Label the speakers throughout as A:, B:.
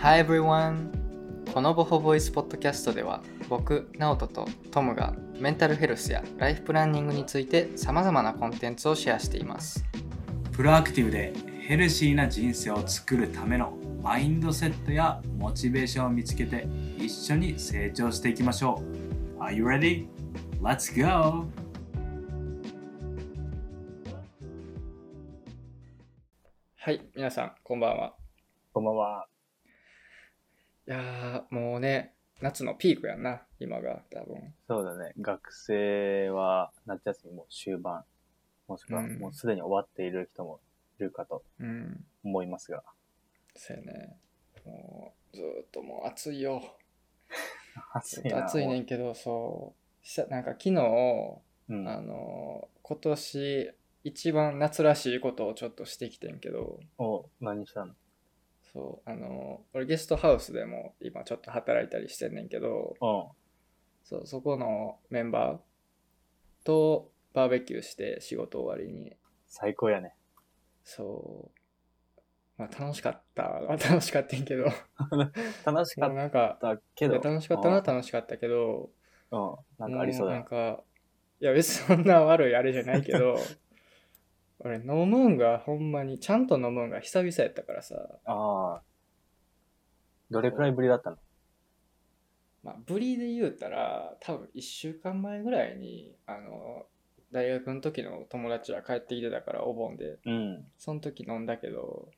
A: Hi everyone! このボホボイスポッドキャストでは僕、ナオトとトムがメンタルヘルスやライフプランニングについてさまざまなコンテンツをシェアしています。
B: プロアクティブでヘルシーな人生を作るためのマインドセットやモチベーションを見つけて一緒に成長していきましょう。Are you ready? Let's go!
A: はい、皆さん、こんばんは。
C: こんばんは。
A: いやー、もうね、夏のピークやんな、今が多分。
C: そうだね。学生は夏休みも終盤、もしくは
A: うん
C: もうすでに終わっている人もいるかと
A: うん、
C: 思いますが。
A: そうやね。もうずーっともう暑いよ。ず
C: 暑
A: っと暑いね。んけど、そう。したなんか昨日、
C: もううん。
A: あのー今年一番夏らしいことをちょっとしてきてんけど、
C: お、何したの
A: そう、あのー俺ゲストハウスでも今ちょっと働いたりしてんねんけど、
C: う
A: そうそこのメンバーとバーベキューして仕事終わりに、
C: ん。最高やね。
A: そう、まあ楽しかったは 楽しかったんやけど、
C: 楽し
A: も
C: か
A: う
C: っ
A: なんか、
C: た
A: い
C: けど。
A: や楽しかったな、楽しかったけど、
C: うん。うん。なんかありそうだ
A: もなん
C: な。
A: か、いや別にそんな悪いあれじゃないけ ど、俺飲むんがほんまに、ちゃんと飲むんが久々やったからさ、
C: ああ。どれくらいぶりだったの
A: まあ、ぶりで言うたら、多分1週間前ぐらいに、あの、大学の時の友達は帰ってきてたから、お盆で、
C: うん。
A: その時飲んだけど、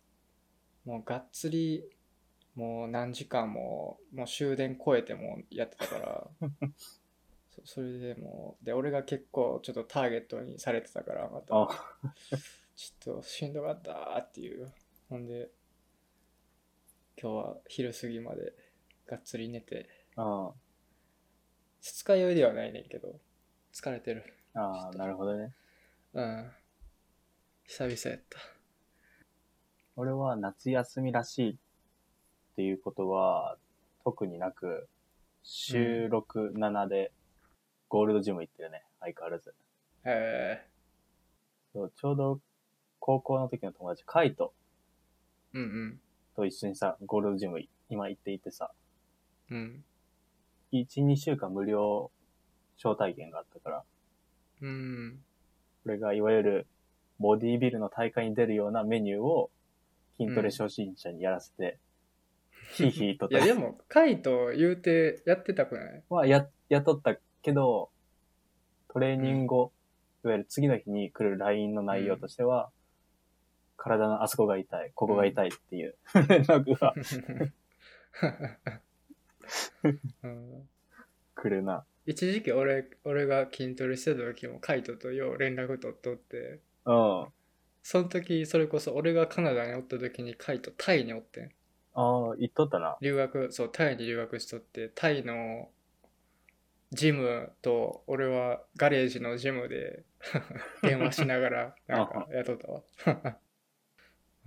A: もうがっつり、もう何時間も、もう終電超えてもやってたから、そそれでもう、で、俺が結構ちょっとターゲットにされてたから、また。
C: あ
A: ちょっとしんどかったーっていう。ほんで、今日は昼過ぎまでがっつり寝て、
C: あ。
A: 二日酔いではないねんけど、疲れてる。
C: ああ、なるほどね。
A: うん。久々やった。
C: 俺は夏休みらしいっていうことは特になく、週6、7でゴールドジム行ってるね、相変わらず。
A: へ
C: そうちょうど高校の時の友達、カイト
A: え。うん
C: と一緒にさ、ゴールドジム今行っていてさ、
A: うん。うん。
C: 1、2週間無料招待券があったから、
A: うん。
C: 俺がいわゆるボディービルの大会に出るようなメニューを筋トレ初心者にやらせて、ヒーヒーと
A: いや、でも、カイト言うてやってたくない
C: はや、雇ったけど、トレーニング後、いわゆる次の日に来る LINE の内容としては、体のあそこが痛い、ここが痛いっていう 連絡が
A: うん、
C: 来るな。
A: 一時期俺俺が筋トレしてた時もカイトとよう連絡取っとって
C: うん。あ
A: その時それこそ俺がカナダにおった時にカイトタイにおってん
C: あ、言っとったな。
A: 留学そうタイに留学しとってタイのジムと俺はガレージのジムで 電話しながらなんかやっとったわ、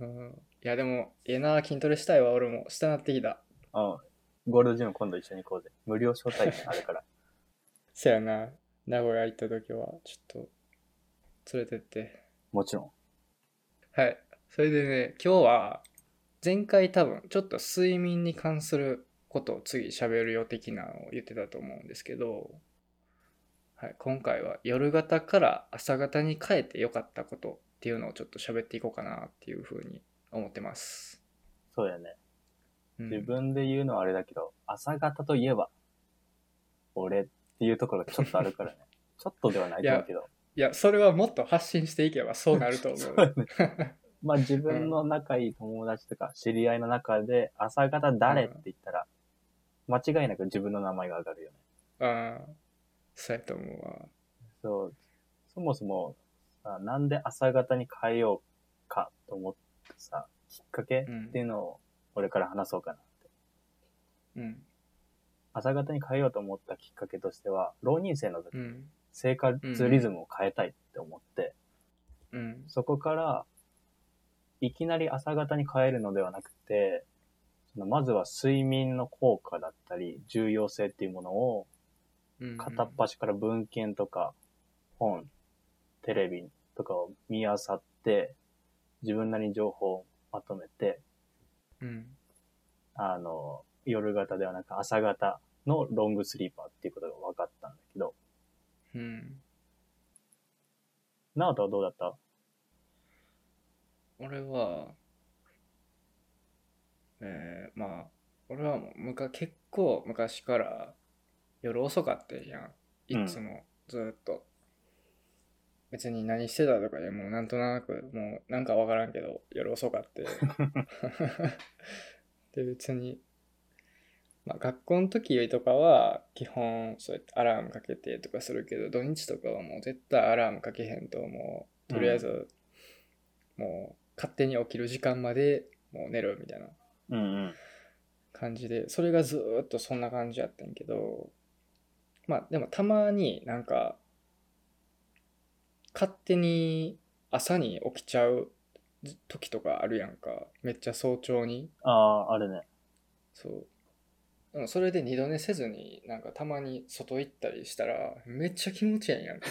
A: うん、いやでもええな筋トレしたいわ俺もしたなってきた
C: うん。ゴールドジム今度一緒に行こうぜ。無料招待券あるから。
A: せやな名古屋行った時はちょっと連れてって
C: もちろん。
A: はいそれでね今日は前回多分ちょっと睡眠に関することを次喋るよ的なのを言ってたと思うんですけど、はい、今回は夜型から朝型に変えてよかったことっていうのをちょっと喋っていこうかなっていうふうに思ってます、
C: そうやね。
A: うん
C: 自分で言うのはあれだけど、朝方といえば、俺っていうところがちょっとあ るからね。ちょっとではないと思うけど。
A: いやそれはもっと発信していけばそうなると思
C: そうう やねまあ自分の仲いい友達とか知り合いの中で朝方誰って言ったら、間違いなく自分の名前が上がるよね。
A: ああそうやと思うわ
C: そう。そもそもさ、なんで朝方に変えようかと思ってさ、きっかけ
A: うん
C: っていうのを俺から話そうかなって。
A: うん
C: 朝方に変えようと思ったきっかけとしては、浪人生の時、
A: うん
C: 生活リズムを変えたいって思って、
A: うん
C: そこから、いきなり朝方に変えるのではなくて、そのまずは睡眠の効果だったり、重要性っていうものを、
A: うん
C: 片っ端から文献とか、本、テレビとかを見漁って、自分なりに情報をまとめて、
A: うん
C: あの、夜型ではなく朝型のロングスリーパーっていうことが分かったんだけど、
A: うん。
C: ナオトはどうだった
A: 俺は、えー、まあ、俺はもうむか結構昔から夜遅かったじゃん。いつもずーっと。別に何してたとかでもうなんとなくもうなんかわからんけど夜遅かって。で別に、まあ、学校の時よりとかは基本そうやってアラームかけてとかするけど土日とかはもう絶対アラームかけへんともうとりあえずもう勝手に起きる時間までもう寝るみたいな
C: うんうん。
A: 感じでそれがずーっとそんな感じやったんやけどまあでもたまになんか勝手に朝に起きちゃう時とかあるやんかめっちゃ早朝に
C: ああ、あるね。
A: そうでもそれで二度寝せずになんかたまに外行ったりしたらめっちゃ気持ちいいんやんか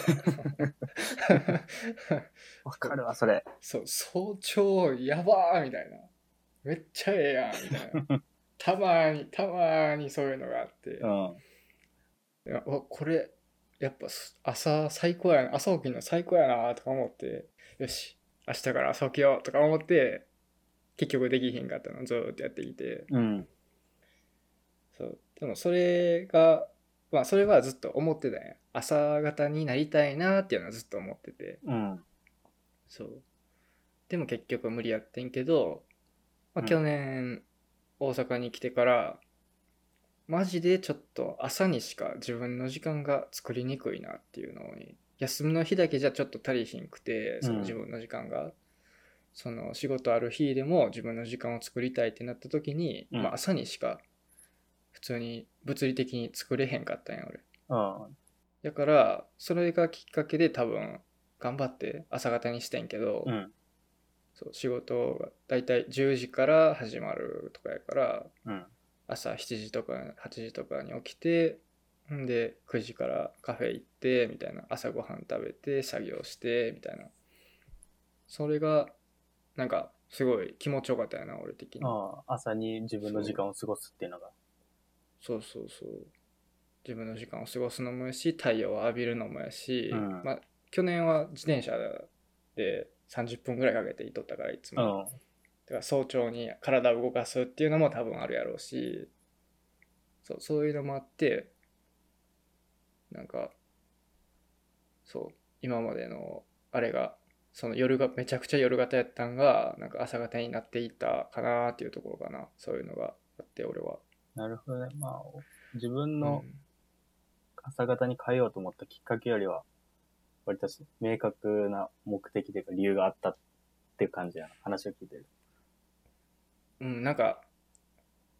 C: わかるわ、それ。
A: そう早朝やばーみたいなめっちゃええやんみたいな たまーにたまーにそういうのがあって、
C: うん。
A: いやうわこれやっぱす朝最高やな朝起きるの最高やなとか思ってよし明日から朝起きようとか思って結局できひんかったのずーっとやってきて
C: うん。
A: そうでもそれがまあそれはずっと思ってたんや朝方になりたいなっていうのはずっと思ってて
C: うん。
A: そうでも結局無理やってんけど、ま
C: う
A: あ、
C: ん
A: 去年大阪に来てから、マジでちょっと朝にしか自分の時間が作りにくいなっていうのに休みの日だけじゃちょっと足りひんくてそ
C: うん
A: の自分の時間が、その仕事ある日でも自分の時間を作りたいってなった時に、
C: うん
A: まあ、朝にしか普通に物理的に作れへんかったんや俺
C: うん。
A: だからそれがきっかけで多分頑張って朝方にしてんけど、
C: うん。
A: そう仕事が大体10時から始まるとかやから
C: うん。
A: 朝7時とか8時とかに起きてんで9時からカフェ行ってみたいな朝ごはん食べて作業してみたいなそれがなんかすごい気持ちよかったよな俺的に
C: ああ、朝に自分の時間を過ごすっていうのが。
A: そうそうそう自分の時間を過ごすのもやし太陽を浴びるのもやし、
C: うん
A: まあ、去年は自転車で30分ぐらいかけて行っとったからいつも、
C: うん。
A: だから早朝に体を動かすっていうのも多分あるやろうしそうそういうのもあってなんかそう今までのあれがその夜がめちゃくちゃ夜型やったんがなんか朝型になっていったかなっていうところかなそういうのがあって俺は。
C: なるほどね。まあ、自分
A: う
C: の
A: ん
C: 朝方に変えようと思ったきっかけよりは、割と明確な目的というか理由があったっていう感じやな。話を聞いてる。
A: うん、なんか、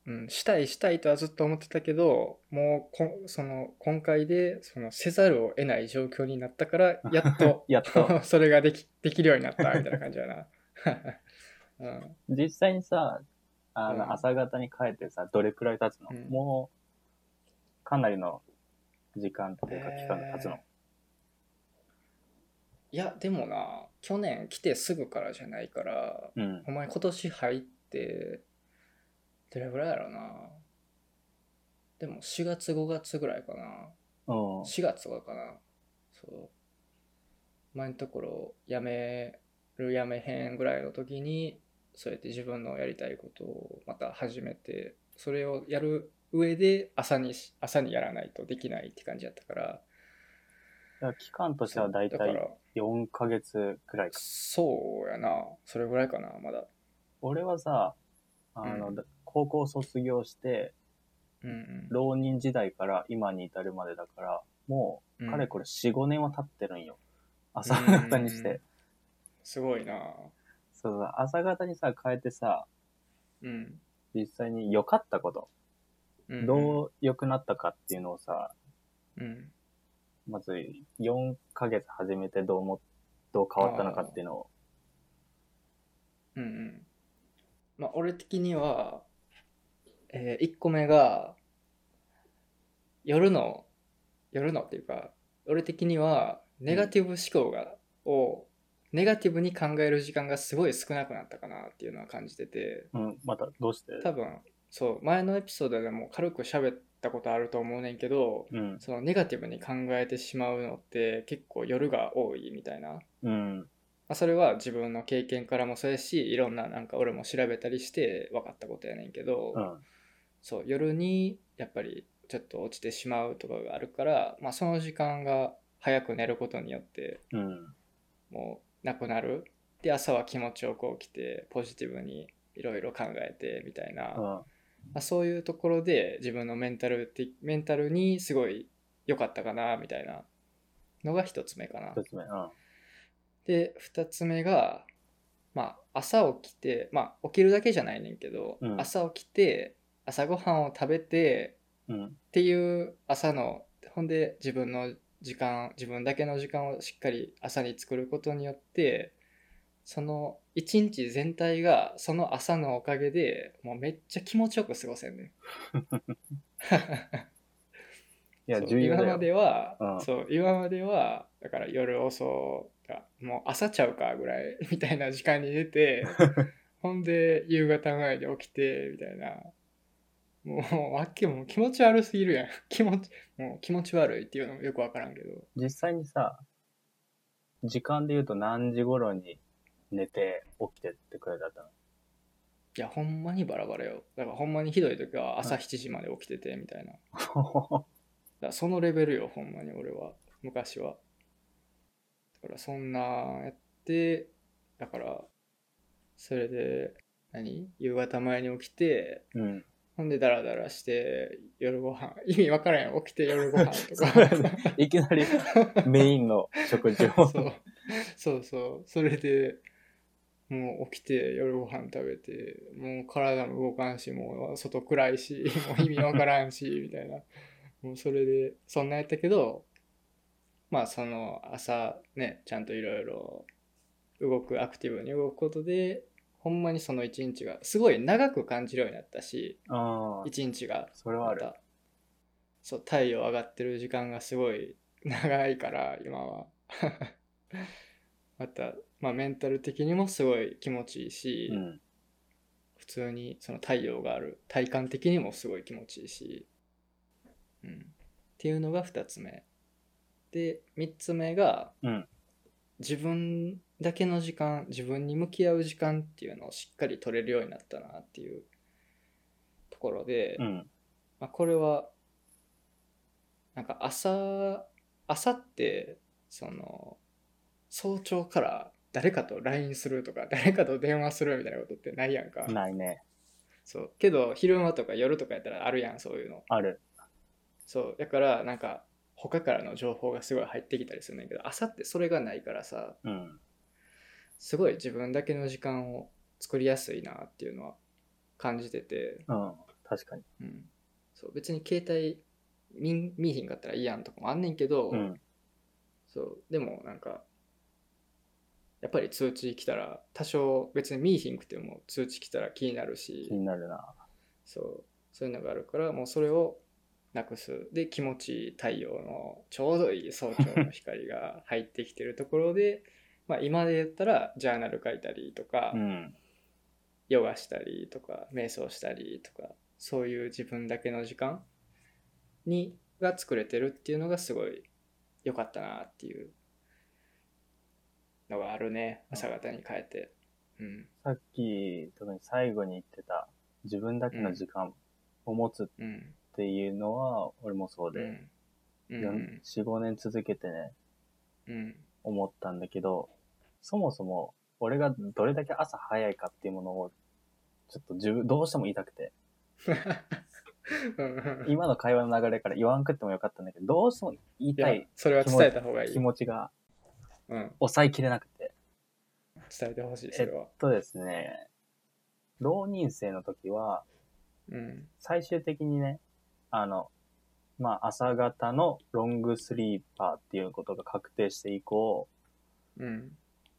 A: うん、したいしたいとはずっと思ってたけどもうこんその今回でそのせざるを得ない状況になったからやっと
C: やっ と。
A: それができできるようになったみたいな感じだな。 うん、
C: 実際にさ、あ
A: う
C: の、
A: ん
C: 朝方に帰ってさ、どれくらい経つの、
A: うん
C: もう、かなりの時間というか期間が経つの。
A: えーいやでもな去年来てすぐからじゃないから
C: うん。
A: お前今年入ってどれぐらいやろなでも4月5月ぐらいかな
C: うん。
A: 4月とかかなそう前のところ辞める辞めへんぐらいの時にそうやって自分のやりたいことをまた始めてそれをやる上で朝にし朝にやらないとできないって感じだったから
C: だから期間としては大
A: だか
C: 体
A: ら
C: 4ヶ月くらいか。
A: そうやなそれぐらいかなまだ
C: 俺はさ、あの、
A: うん
C: 高校卒業して、
A: うんうん
C: 浪人時代から今に至るまでだから、も
A: う
C: う、
A: ん
C: かれこれ4、5年は経ってるんよ。朝方にして。
A: うんすごいな
C: そうそう、朝方にさ、変えてさ、
A: うん
C: 実際に良かったこと、
A: うん
C: どう良くなったかっていうのをさ、
A: うん
C: まず4ヶ月始めてどう思、どう変わったのかっていうのを、
A: うんうんまあ俺的には、え1個目が夜の夜のっていうか俺的にはネガティブ思考が、をネガティブに考える時間がすごい少なくなったかなっていうのは感じてて
C: うん、またどうして
A: 多分そう、前のエピソードでも軽く喋ったことあると思うねんけど、
C: うん。
A: そのネガティブに考えてしまうのって結構夜が多いみたいな。ま
C: うん。
A: あ、それは自分の経験からもそうやし、いろんななんか俺も調べたりして分かったことやねんけど、
C: うん。
A: そう、夜にやっぱりちょっと落ちてしまうとかがあるから、まあその時間が早く寝ることによって
C: うん。
A: もうなくなる。で、朝は気持ちよく起きて、ポジティブにいろいろ考えてみたいな。
C: うん。
A: まあ、そういうところで自分のメンタル的メンタルにすごい良かったかなみたいなのが一つ目かな
C: 一。つ目。うん。
A: で二つ目が、まあ、朝起きて、まあ、起きるだけじゃないねんけど、
C: うん
A: 朝起きて朝ごはんを食べて
C: うん。
A: っていう朝のほんで自分の時間自分だけの時間をしっかり朝に作ることによってその一日全体がその朝のおかげでもうめっちゃ気持ちよく過ごせんねん。
C: いや、
A: そう
C: 重要だ
A: 今ま
C: よ。
A: では、
C: うん
A: そう今まではだから夜遅かもう朝ちゃうかぐらい みたいな時間に出 てほんで夕方ぐらいで起きてみたいなもうわっけもう気持ち悪すぎるやん 気持ちもう気持ち悪いっていうのもよくわからんけど
C: 実際にさ、時間で言うと何時頃に寝て起きてってくらいだったの
A: いやほんまにバラバラよだからほんまにひどい時は朝7時まで起きててみたいなだか らそのレベルよほんまに俺は昔はだからそんなやってだからそれで何夕方前に起きて
C: うん。
A: ほんでダラダラして夜ご飯意味わからんよ起きて夜ご飯と
C: そうや
A: か
C: ねいきなりメインの食事を。
A: そうそうそうそれでもう起きて夜ご飯食べてもう体も動かんしもう外暗いしもう意味わからんしみたいなもうそれでそんなんやったけどまあその朝ねちゃんといろいろ動くアクティブに動くことでほんまにその一日がすごい長く感じるようになったし
C: ああ、
A: 一日が
C: それはある
A: ま。たそう太陽上がってる時間がすごい 長いから今は また、まあ、メンタル的にもすごい気持ちいいし、
C: うん。
A: 普通にその太陽がある体感的にもすごい気持ちいいし、うん、っていうのが2つ目で3つ目が、
C: うん
A: 自分だけの時間自分に向き合う時間っていうのをしっかり取れるようになったなっていうところで、
C: うん。
A: まあ、これはなんか朝朝ってその早朝から誰かと LINE するとか誰かと電話するみたいなことってないやんか
C: ないね。
A: そうけど昼間とか夜とかやったらあるやんそういうの
C: ある。
A: そうだからなんか他からの情報がすごい入ってきたりするんだけど朝ってそれがないからさ
C: うん。
A: すごい自分だけの時間を作りやすいなっていうのは感じてて
C: うん。確かに。
A: うん、そう別に携帯見ん見いひんかったらいいやんとかもあんねんけど、
C: うん。
A: そうでもなんかやっぱり通知来たら多少別に見いひんくても通知来たら気になるし、
C: 気になるな。
A: そうそういうのがあるからもうそれをなくすで気持ちいい太陽のちょうどいい早朝の光が入ってきてるところ でまあ今で言ったらジャーナル書いたりとか、
C: うん。
A: ヨガしたりとか瞑想したりとかそういう自分だけの時間にが作れてるっていうのがすごい良かったなっていうのがあるね
C: うん
A: 朝方に変えてうん
C: さっき、特に最後に言ってた、自分だけの時間を持つっ
A: うん
C: ていうのは、俺もそう
A: う
C: で、
A: んう
C: よん
A: ん
C: 4、5年続けてね、
A: うん
C: 思ったんだけど、そもそも、俺がどれだけ朝早いかっていうものを、ちょっと自分、どうしても言いたくて、
A: うん
C: 今の会話の流れから言わんくってもよかったんだけど、どうしても言い
A: い
C: た
A: や
C: い
A: それは伝えた方がいい、
C: 気
A: うん、
C: 持ちが抑えきれなくて。
A: 伝えてほしいそれは
C: とですね、浪人生の時は、
A: うん
C: 最終的にね、あの、まあ、朝方のロングスリーパーっていうことが確定して以降、
A: うん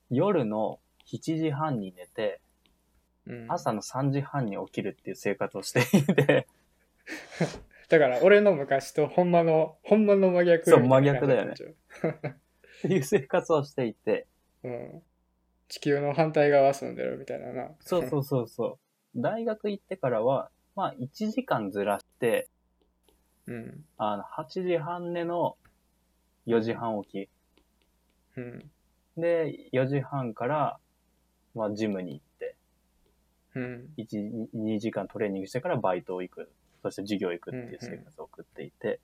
C: 夜の7時半に寝て、
A: うん、
C: 朝の3時半に起きるっていう生活をしていて、
A: だから俺の昔とほんまのほんまの真逆
C: そう
A: みたいな
C: 真逆だよね
A: 感じ
C: っていう生活をしてい て、
A: うん、地球の反対側住んでるみたいなな。
C: そうそうそうそう。大学行ってからは、まあ、1時間ずらして、
A: うん。
C: あの、8時半寝の4時半起
A: うん。
C: き。で、4時半から、まあ、ジムに行って、
A: うん。
C: 1、2時間トレーニングしてからバイトを行く。そして授業行くっていう生活を送っていて、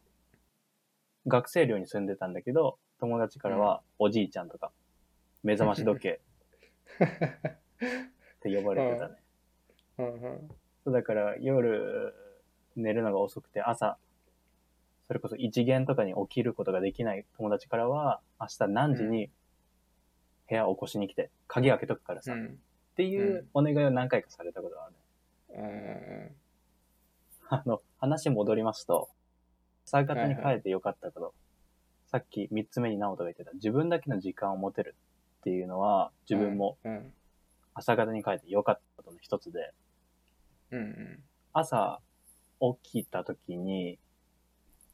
C: 学生寮に住んでたんだけど、友達からは、おじいちゃんとか、目覚まし時 計って呼ばれてたね。
A: うんうん。
C: そうだから夜寝るのが遅くて朝、それこそ一元とかに起きることができない友達からは、明日何時に部屋起こしに来て、鍵開けとくから
A: う
C: さ、っ
A: ん。
C: ていうお願いを何回かされたことがある ね。
A: うん。
C: あの、話戻りますと、朝方に帰ってよかったこと、さっき三つ目に直人が言ってた、自分だけの時間を持てるっていうのは、自分も
A: うん。
C: 朝方に帰ってよかったことの一つで、
A: うん。うん。
C: 朝起きた時に、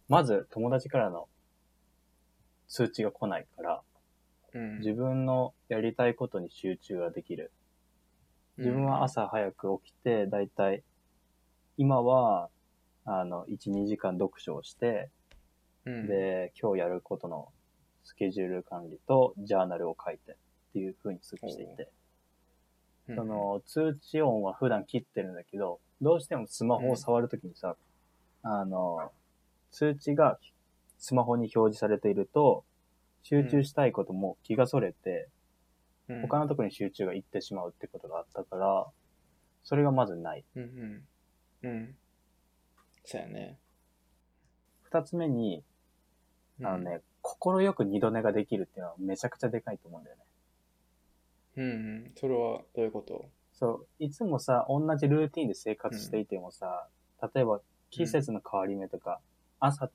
C: まず友達からの通知が来ないから、
A: うん。
C: 自分のやりたいことに集中ができる。自分は朝早く起きて、だいたい、今は、あの、1、2時間読書をして、
A: うん、
C: で、今日やることのスケジュール管理とジャーナルを書いてっていう風に過ごしていて、
A: うん
C: そ、の通知音は普段切ってるんだけど、どうしてもスマホを触るときにさ、あの、通知がスマホに表示されていると、集中したいことも気がそれ
A: う
C: て、
A: ん
C: 他のとこに集中がいってしまうってことがあったから、それがまずない。
A: うんうん。うん。そうやね。
C: 二つ目に、あのね、心よく二度寝ができるっていうのはめちゃくちゃでかいと思うんだよね。
A: うん。うん。それはどういうこと
C: そう、いつもさ、同じルーティンで生活していてもさ、例えば季節の変わり目とか、朝、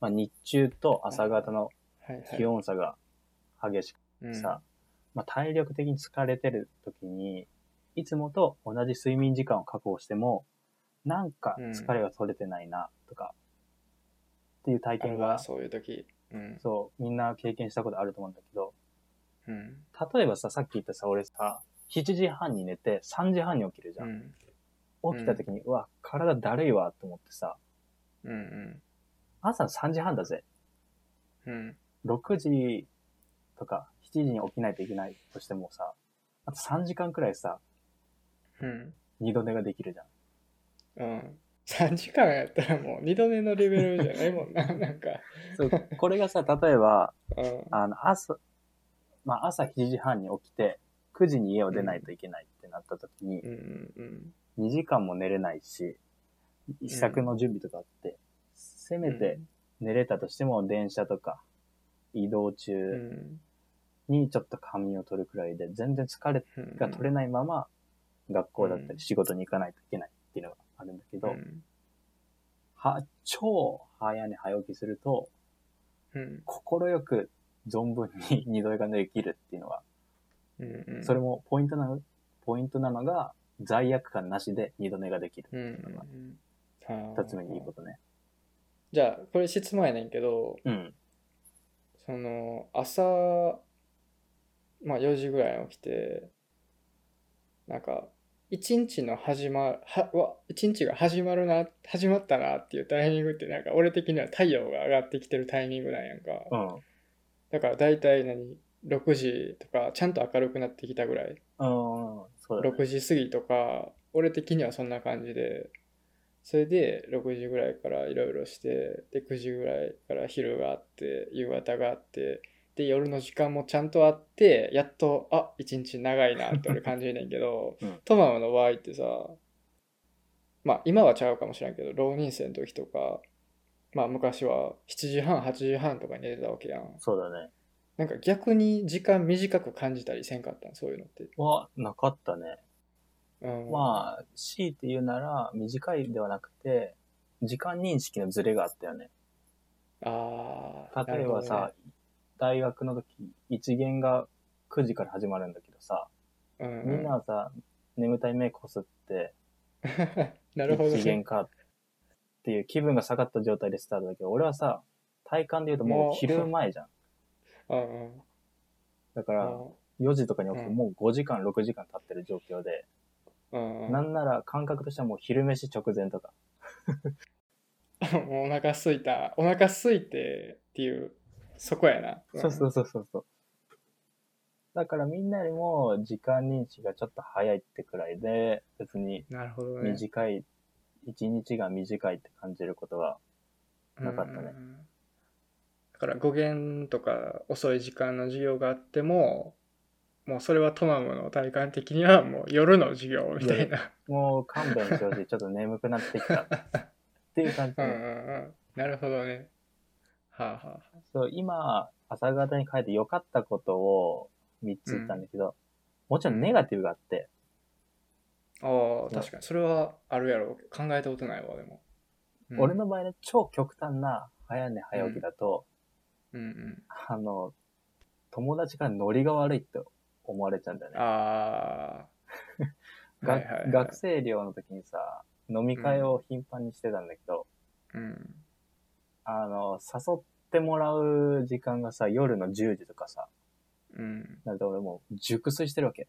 C: まあ日中と朝方の
A: はいはい。
C: 気温差が激し
A: う
C: く
A: ん
C: てさ、、まあ体力的に疲れてる時に、いつもと同じ睡眠時間を確保しても、なんか疲れが取れてないな、とか、っていう体
A: ある
C: 験
A: わ
C: が、
A: そういう時。うん。
C: そう、みんな経験したことあると思うんだけど、
A: うん。
C: 例えばさ、さっき言ったさ、俺さ、7時半に寝て3時半に起きるじゃ。
A: うんん。
C: 起きた時に、うわ、体だるいわ、と思ってさ、
A: うん。うん。
C: 朝3時半だぜ。
A: うん。
C: 6時とか7時に起きないといけないとしてもさ、あと3時間くらいさ、
A: うん。
C: 二度寝ができるじゃん。
A: うん。3時間やったらもう二度目のレベルじゃないもんな、なんか。
C: そう、 これがさ、例えば、
A: うん。
C: あの、朝、まあ、朝7時半に起きて、9時に家を出ないといけないってなった時に
A: う、んうん
C: 2時間も寝れないし、一作の準備とかあって、せ
A: う
C: め
A: ん。
C: て寝れたとしても電車とか移動
A: う
C: 中
A: ん。
C: にちょっと仮眠を取るくらいで、全然疲れ
A: うん。
C: が取れないまま、学校だった
A: うん
C: り仕事に行かないといけないっていうのがあるんだけど、
A: うん
C: は、超早寝早起きすると、
A: うん。
C: 心よく存分に 二度寝ができるっていうのは、
A: うん。うん。
C: それもポイントなの、ポイントなのが、罪悪感なしで二度寝ができるって
A: うん。う
C: いうのが、
A: ん。うん
C: 二つ目にいいことね。
A: じゃあ、これ質問やねんけど、
C: うん。
A: その朝、まあ、4時ぐらいに起きてなんか一日の始まるはうわ一日が始まるな始まったなっていうタイミングってなんか俺的には太陽が上がってきてるタイミングなんやんか
C: うん。
A: だから大体何6時とかちゃんと明るくなってきたぐらい
C: うん。そうだね。
A: 6時過ぎとか俺的にはそんな感じでそれで6時ぐらいからいろいろしてで9時ぐらいから昼があって夕方があってで夜の時間もちゃんとあってやっとあ一日長いなって俺感じるねんけど、
C: うん
A: トマムの場合ってさまあ今はちゃうかもしれんけど浪人生の時とかまあ昔は7時半8時半とかに寝てたわけやん
C: そうだね。
A: なんか逆に時間短く感じたりせんかったんそういうのって、
C: は、なかったね。
A: うん、
C: まあ、強いて言うなら、短いではなくて、時間認識のズレがあったよね。
A: ああ、
C: 例えばさ、大学の時、一限が9時から始まるんだけどさ、
A: なるほどね、
C: みんなはさ、眠たい目こすって、
A: うん、 なるほど
C: 一限
A: ね。
C: かっていう気分が下がった状態でスタートだけど、俺はさ、体感で言うとも
A: もう
C: う昼前じゃん。
A: うんうん
C: だか
A: う
C: ら、
A: ん
C: 4時とかに起きて
A: うん
C: もう5時間、6時間経ってる状況で、
A: うん。
C: なんなら感覚としてはもう昼飯直前とか。
A: もうお腹すいた。お腹すいてっていう、そこやな。。
C: そうそううそうそうそう。だからみんなよりも時間認知がちょっと早いってくらいで、別に
A: なるほどね。
C: 短い、一日が短いって感じることは、なかったね
A: うんうんうん。だから語源とか遅い時間の授業があっても、もうそれはトマムの体感的にはもう夜の授業みたいな。
C: もう勘弁してほしい。ちょっと眠くなっ てきた。っていう感じ
A: う
C: で、
A: んうんうん。なるほどね。はあ、はあはあ、
C: そう、今、朝方に変えて良かったことを3つ言ったんだけど、もちろんネガティブがあって、
A: ああ、確かに。それはあるやろう。考えたことないわ、でも。うん
C: 俺、の場合ね、超極端な早寝早起きだと、
A: うんうん。
C: あの、友達からノリが悪いって思われちゃうんだよね。
A: ああ。
C: が
A: はいはいはい
C: 学生寮の時にさ、飲み会を頻繁にしてたんだけど、
A: うん。
C: あの、誘ってもらう時間がさ、夜の10時とかさ、
A: うん。
C: だって俺もう熟睡してるわけ。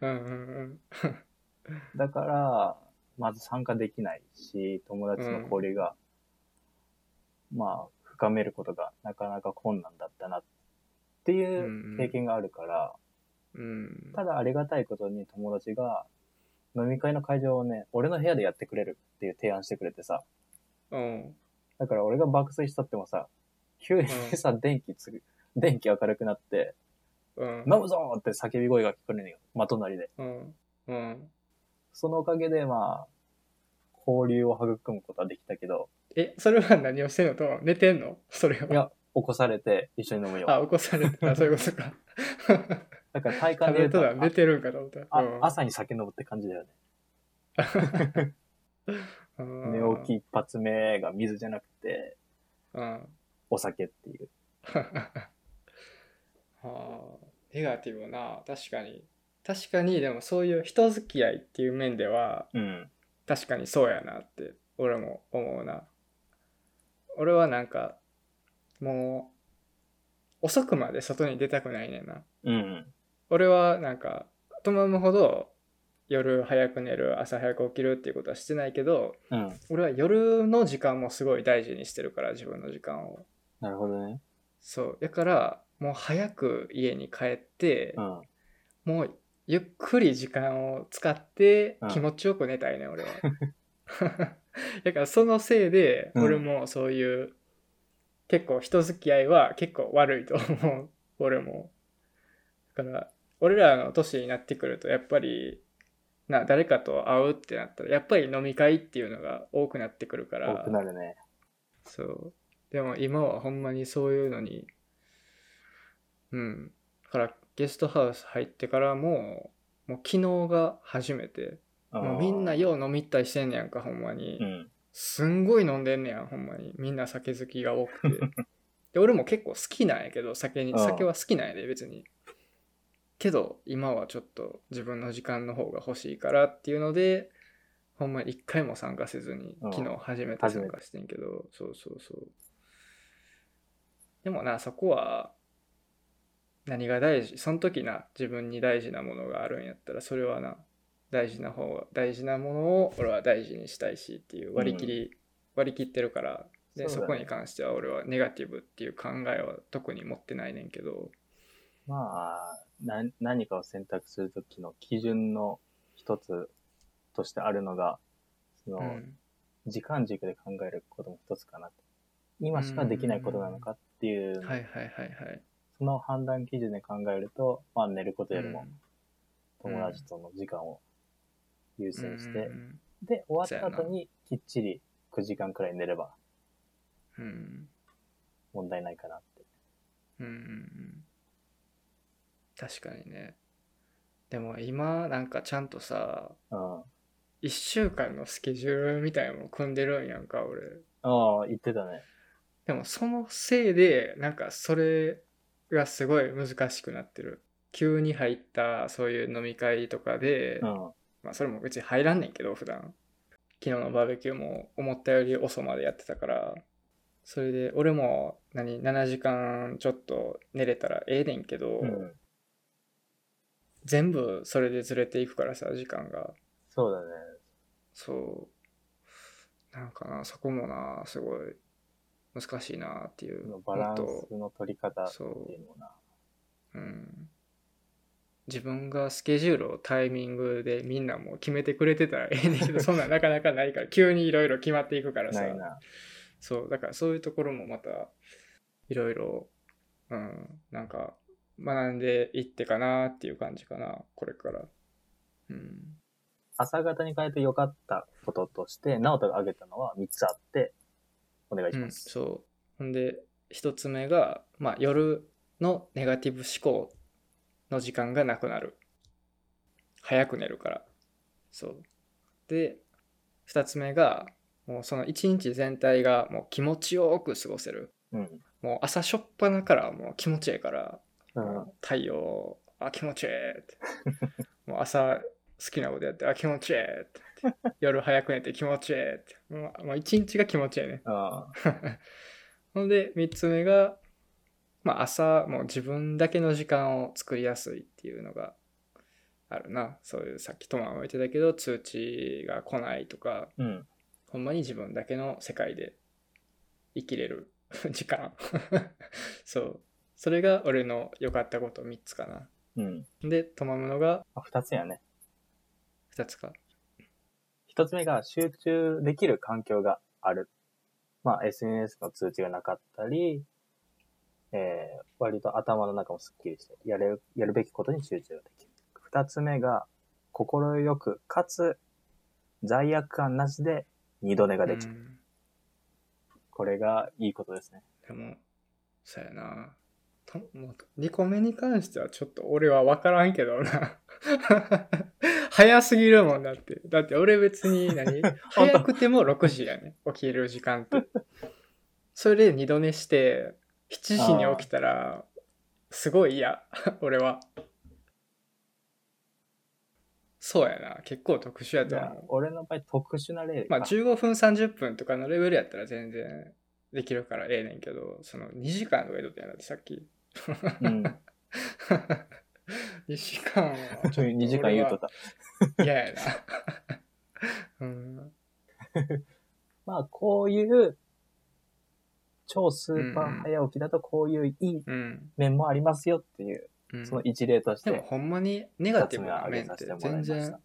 A: うんうんうん。
C: だから、まず参加できないし、友達の交流が、まあ、深めることがなかなか困難だったなって
A: ん
C: いううん経験があるから、
A: うん。
C: ただありがたいことに友達が飲み会の会場をね、俺の部屋でやってくれるっていう提案してくれてさ、
A: うん。
C: だから俺が爆睡しとってもさ、急にさ、電気つぐ、電気明るくなって、
A: うん。
C: 飲むぞーって叫び声が聞こえるのよ。まとなりで。
A: うん。うん。
C: そのおかげで、まあ、交流を育むことはできたけど、
A: え、それは何をしてんのと寝てんのそれは。
C: いや、起こされて一緒に飲む
A: あ、
C: よ。
A: 起こされた。あそういうことか。
C: だから体
A: た
C: 感で言
A: だ
C: う
A: た
C: と、
A: だ寝てるんかと思った。
C: あ
A: うん
C: あ朝に酒飲むって感じだよね。
A: うん
C: 寝起き一発目が水じゃなくて、
A: うん。
C: お酒っていう。
A: ああ、ネガティブな、確かに。確かに、でもそういう人付き合いっていう面では、
C: うん。
A: 確かにそうやなって、俺も思うな。俺はなんか、もう、遅くまで外に出たくないねんな。
C: うん。
A: 俺はなんか、トマムほど夜早く寝る、朝早く起きるっていうことはしてないけど、
C: うん。
A: 俺は夜の時間もすごい大事にしてるから、自分の時間を。
C: なるほどね。
A: そう。だから、もう早く家に帰って
C: う、ん。
A: もうゆっくり時間を使って
C: うん
A: 気持ちよく寝たいね、俺は。 だからそのせいで、
C: うん
A: 俺もそういう、結構人付き合いは結構悪いと思う。 俺も。だから、俺らの年になってくると、やっぱり、な、誰かと会うってなったら、やっぱり飲み会っていうのが多くなってくるから。
C: 多くなるね。
A: そう。でも今はほんまにそういうのに、うん。だからゲストハウス入ってからも、もう昨日が初めて、もうみんなよう飲み行ったりしてんねやんか、ほんまに。
C: うん。
A: すんごい飲んでんねやん、ほんまに。みんな酒好きが多くて。で、俺も結構好きなんやけど、酒に、
C: うん
A: 酒は好きなんやで、別に。けど、今はちょっと自分の時間の方が欲しいからっていうので、ほんまに一回も参加せずに
C: う、ん
A: 昨日初めて
C: 初め
A: 参
C: て
A: 加してんけど、そうそうそう。でもな、そこは、何が大事、その時な、自分に大事なものがあるんやったら、それはな、大事な方が大事なものを俺は大事にしたいしっていう割り切り、割り切ってるからでそ,、
C: そうだね
A: こに関しては俺はネガティブっていう考えは特に持ってないねんけど
C: まあ、な、何かを選択するときの基準の一つとしてあるのが、そうの、
A: ん
C: 時間軸で考えることも一つかなって。今しかできないことなのかっていう、
A: はいはいはいはい
C: その判断基準で考えると、まあ寝ることより
A: う
C: も
A: ん
C: 友達との時間を優先して、
A: うん
C: で、終わった
A: そうや
C: 後
A: な
C: にきっちり9時間くらい寝れば
A: うん
C: 問題ないかなって。
A: うんうんうん確かにねでも今なんかちゃんとさ
C: うん。あ
A: 1週間のスケジュールみたいのも組んでるんやんか俺
C: あ、言ってたね。
A: でもそのせいでなんかそれがすごい難しくなってる急に入ったそういう飲み会とかで、
C: うん。
A: まあそれも別に入らんねんけど普段昨日のバーベキューも思ったより遅までやってたからそれで俺も何7時間ちょっと寝れたらええねんけど、
C: うん。
A: 全部それでずれていくからさ、時間が。
C: そうだね。
A: そう。なんかな、そこもな、すごい難しいなっていう。
C: バラ
A: も
C: ン
A: っと
C: スの取り方って
A: そ
C: いううのもな。
A: うん自分がスケジュールをタイミングでみんなもう決めてくれてたらええ ねんけどそんなんなかなかないから急にいろいろ決まっていくからさ
C: ないな。
A: そうだからそういうところもまたいろいろうんなんか学んでいってかなっていう感じかなこれからうん
C: 朝方に変えて良かったこととして、直人が挙げたのは3つあって、お願いし
A: うん、
C: ます。
A: そうほんで一つ目が、まあ、夜のネガティブ思考の時間がなくなる早く寝るからそうで二つ目がもうその一日全体がもう気持ちよく過ごせる
C: うん。
A: もう朝しょっぱなからもう気持ちええから、
C: うん。
A: 太陽あ気持ちええって もう朝好きなことやってあ気持ちええってなって夜早く寝て気持ちええってもうもう一日が気持ちええね
C: あ
A: ほんで3つ目が、まあ、朝もう自分だけの時間を作りやすいっていうのがあるなそういうさっきトマンも言ってたけど通知が来ないとか
C: うん。
A: ほんまに自分だけの世界で生きれる 時間そうそれが俺の良かったこと3つか
C: うん。
A: なでトマムのが
C: あ、2つやね。
A: 2つか
C: 1つ目が集中できる環境がある。まあ、SNS の通知がなかったり、えー、割と頭の中もスッキリして、やれる、やるべきことに集中できる。2つ目が、心よく、かつ、罪悪感なしで二度寝ができる。
A: うん
C: これがいいことですね。
A: でも、そうやな。ともう2個目に関してはちょっと俺は分からんけどな。 早すぎるもんだって。だって俺別に何早くても6時やね。起きる時間って。それで二度寝して、7時に起きたら、すごい嫌。俺は。そうやな。結構特殊や
C: じ
A: と
C: ゃあ
A: 思う、。
C: 俺の場合特殊な例
A: まあ
C: あ
A: 15分30分とかのレベルやったら全然できるからええねんけど、その2時間とか言うとったやなってさっき。
C: うん。
A: 2時間はちょっと
C: 2時間言うとた。
A: 俺は嫌やな。 うん。
C: まあ、こういう、超スーパー早起きだとこういういい
A: うん。
C: 面もありますよっていう、
A: うん、
C: その一例とし
A: でも
C: て、
A: ほんまにネ
C: 二
A: ガ
C: つ
A: ティブ
C: 目
A: な
C: 挙げ
A: 面
C: さ
A: っ
C: せ
A: て
C: てもらい
A: 全
C: まし
A: 然
C: た。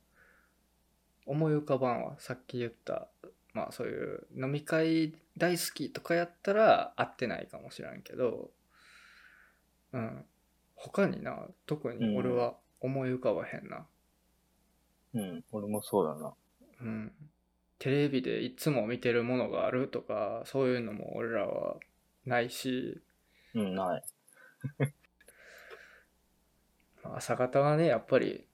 A: 思い浮かばんわ。さっき言った、まあそういう飲み会大好きとかやったら合ってないかもしらんけど、うん。他にな、特に俺は思い浮かばへんな。
C: うん、俺もそうだな。
A: うん、テレビでいつも見てるものがあるとかそういうのも俺らはないし
C: うん、ない。
A: まあ朝方はねやっぱり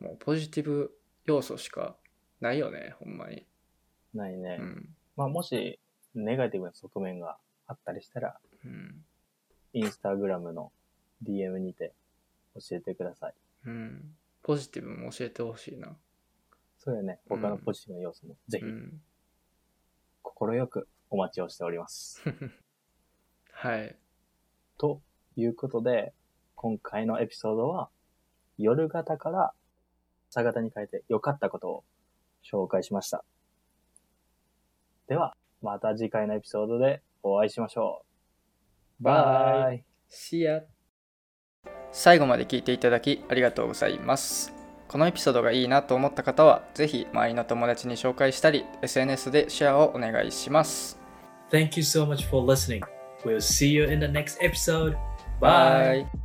A: もうポジティブ要素しかないよねほんまに、
C: ないね。
A: うん
C: まあ、もし、ネガティブな側面があったりしたら、
A: うん
C: インスタグラムの DM にて教えてください。
A: うん、ポジティブも教えてほしいな、
C: そうやね、他のポジティブな要素も、ぜひ
A: う、ん、
C: 心よくお待ちをしております。
A: はい
C: ということで、今回のエピソードは、夜型から朝型に変えて良かったことを紹介しました。では、また次回のエピソードでお会いしましょう。
A: バイ See ya 最後まで聞いていただきありがとうございます。このエピソードがいいなと思った方は、ぜひ周りの友達に紹介したり、SNS でシェアをお願いします。
B: Thank you so much for listening. We'll see you in the next episode.
A: バイ